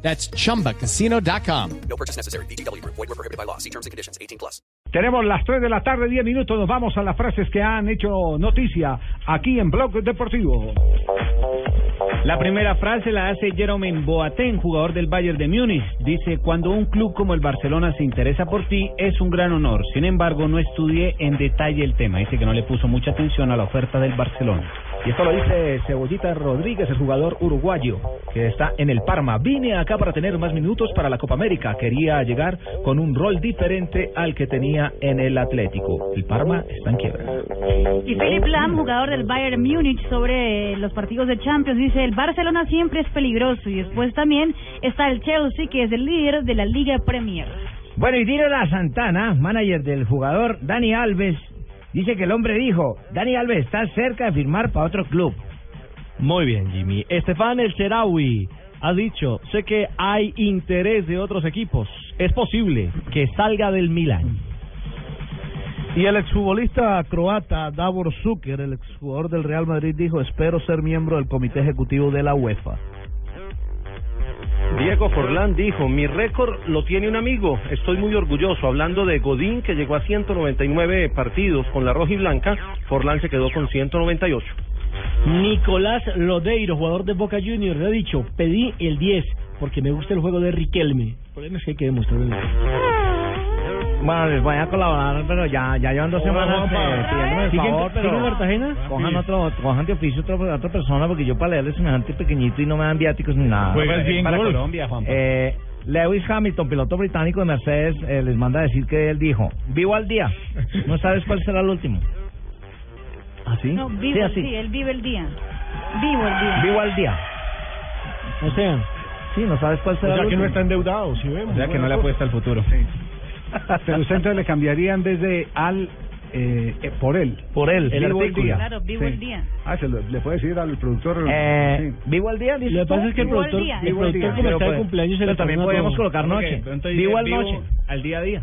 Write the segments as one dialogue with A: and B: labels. A: That's chumbacasino.com.
B: No purchase necessary. BGW. Void were prohibited by law. See terms and conditions. 18 plus.
C: Tenemos las 3 de la tarde, 10 minutos. Nos vamos a las frases que han hecho noticia aquí en Blog Deportivo.
D: La primera frase la hace Jerome Boateng, jugador del Bayern de Múnich. Dice, cuando un club como el Barcelona se interesa por ti, es un gran honor. Sin embargo, no estudié en detalle el tema. Dice que no le puso mucha atención a la oferta del Barcelona.
E: Y esto lo dice Cebollita Rodríguez, el jugador uruguayo que está en el Parma. Vine acá para tener más minutos para la Copa América. Quería llegar con un rol diferente al que tenía en el Atlético. El Parma está en quiebra.
F: Y Philip Lam, jugador del Bayern Múnich, sobre eh, los partidos de Champions, dice, el Barcelona siempre es peligroso. Y después también está el Chelsea, que es el líder de la Liga Premier.
D: Bueno, y Dino La Santana, manager del jugador Dani Alves, dice que el hombre dijo, Dani Alves está cerca de firmar para otro club.
G: Muy bien, Jimmy. Estefan El Sherawi ha dicho, sé que hay interés de otros equipos. Es posible que salga del Milan.
H: Y el exfutbolista croata Davor Zucker, el exjugador del Real Madrid, dijo, espero ser miembro del comité ejecutivo de la UEFA.
I: Diego Forlán dijo, mi récord lo tiene un amigo, estoy muy orgulloso. Hablando de Godín, que llegó a 199 partidos con la roja y blanca, Forlán se quedó con 198.
G: Nicolás Lodeiro, jugador de Boca Juniors, ha dicho, pedí el 10 porque me gusta el juego de Riquelme. El problema es que hay que demostrarlo.
D: Bueno, les voy a colaborar, pero ya, ya llevan dos semanas eh, pidiéndome el favor, pero cojan otro, cojan de oficio otra otra persona, porque yo para leerle semejante pequeñito y no me dan viáticos ni nada.
H: Juegas bien
D: para
H: golf.
D: Colombia, Juanpa. Eh, Lewis Hamilton, piloto británico de Mercedes, eh, les manda a decir que él dijo, vivo al día, no sabes cuál será el último. ¿Así?
F: No, vivo
D: sí,
F: el
D: así.
F: día, él vive el día. Vivo el día.
D: Vivo al día.
G: O sea,
D: Sí, no sabes cuál será el último.
H: endeudado, si vemos.
D: O sea, que no le apuesta al futuro.
C: Pero usted entonces le cambiaría en vez de al eh, eh, por él.
D: Por él,
C: El
D: vivo al
C: artículo.
D: día.
F: Claro, vivo
C: Sí.
F: el día.
C: Ah, se lo- le puede decir al productor.
D: Eh,
C: sí.
D: Vivo al día, dice.
G: lo que pasa es que el
F: Vivo al
G: productor,
F: día.
G: el
C: Vivo al
G: productor
C: día.
G: como
D: Pero
G: está de
D: pues,
G: cumpleaños, se
D: pero
G: le
D: también
G: perdona
D: podemos
G: todo.
D: colocar noche. Vivo al noche. Al día a día.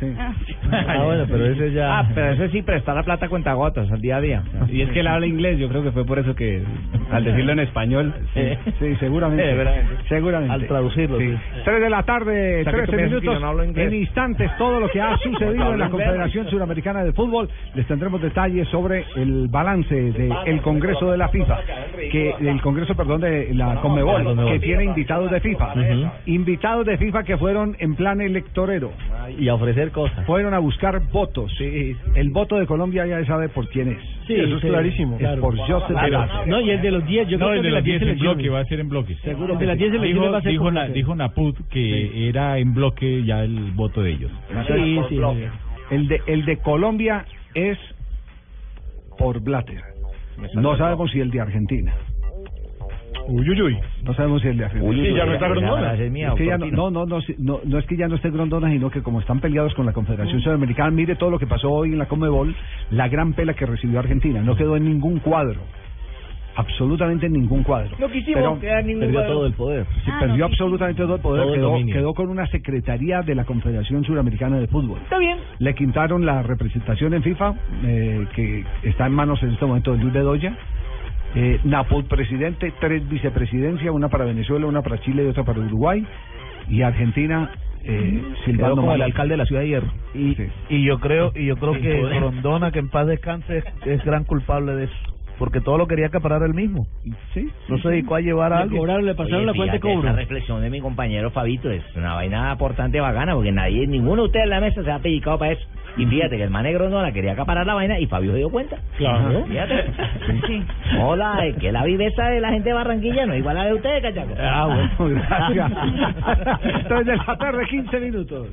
C: Sí.
D: Ah, bueno, pero ese ya. Ah, pero ese sí prestar la plata a cuentagotas, al día a día.
H: Y es que él habla inglés, yo creo que fue por eso que al decirlo en español...
C: Sí, seguramente.
D: Eh, verdaderamente.
C: seguramente.
D: Al traducirlo, sí.
C: Tres de la tarde,
D: O sea, que tú piensas
C: 13
D: que
C: minutos.
D: yo no hablo inglés.
C: en instantes, todo lo que ha sucedido en la
D: hablo inglés.
C: Confederación Suramericana de Fútbol. Les tendremos detalles sobre el balance del Congreso de la FIFA, que el Congreso, perdón, de la Conmebol, que tiene invitados de FIFA. Invitados de FIFA que fueron en plan electorero.
G: Y a ofrecer cosas.
C: Fueron a buscar votos. El voto de Colombia ya se sabe por quién es. Este,
G: Sí, eso es clarísimo.
C: Es por Joseph Velasco.
G: No, y el de los 10, yo creo que el de las 10 selecciones.
H: a ser en Ah, bloques.
G: Seguro que de las 10 selecciones va a ser como la-
H: Naput que era en bloque ya el voto de ellos.
G: Sí, sí.
C: El de, el de Colombia es por Blatter. No sabemos si el de Argentina.
H: Uy, uy, uy.
C: No sabemos si el de Argentina.
H: Uy, uy, uy. Ya no está Grondona.
D: frase es mía,
C: Es que ya no,
D: Cortina.
C: no, no, no, si- no, no es que ya no esté Grondona, sino que como están peleados con la
G: Mm.
C: Confederación Sudamericana, mire todo lo que pasó hoy en la Comebol, la gran pela que recibió Argentina. No quedó en ningún cuadro. Absolutamente en ningún cuadro. No quisimos
G: eh,
D: Perdió todo el poder.
C: Se
F: Ah,
C: perdió
F: no, sí,
C: absolutamente todo el poder,
D: Todo el
C: quedó,
D: dominio.
C: quedó con una secretaría de la Confederación Suramericana de Fútbol. Está bien. Le quitaron la representación en FIFA, eh, que está en manos en este momento de Luis Bedoya. Eh, Napol presidente, tres vicepresidencias, una para Venezuela, una para Chile y otra para Uruguay. Y Argentina, eh,
D: Quedó
C: Silvano
D: como el
C: Marín.
D: alcalde de la ciudad de Hierro.
C: Y-
E: Y yo creo, y yo creo
D: El
E: que
D: poder.
E: Rondona, que en paz descanse, es, es gran culpable de eso. Porque todo lo quería acaparar él mismo.
C: sí,
E: No se dedicó a llevar a
G: Le
E: alguien.
G: cobraron, le pasaron la cuenta de cobro.
D: reflexión de mi compañero Fabito es una vaina aportante bacana, porque nadie, ninguno de ustedes en la mesa se ha pellizcado para eso. Y fíjate que el man negro no la quería acaparar la vaina y Fabio se dio cuenta.
G: Claro.
D: Fíjate. Hola, es que la viveza de la gente de Barranquilla no es igual a la de ustedes, cachaco.
G: Ah, bueno.
C: gracias. Tres de la tarde, 15 minutos.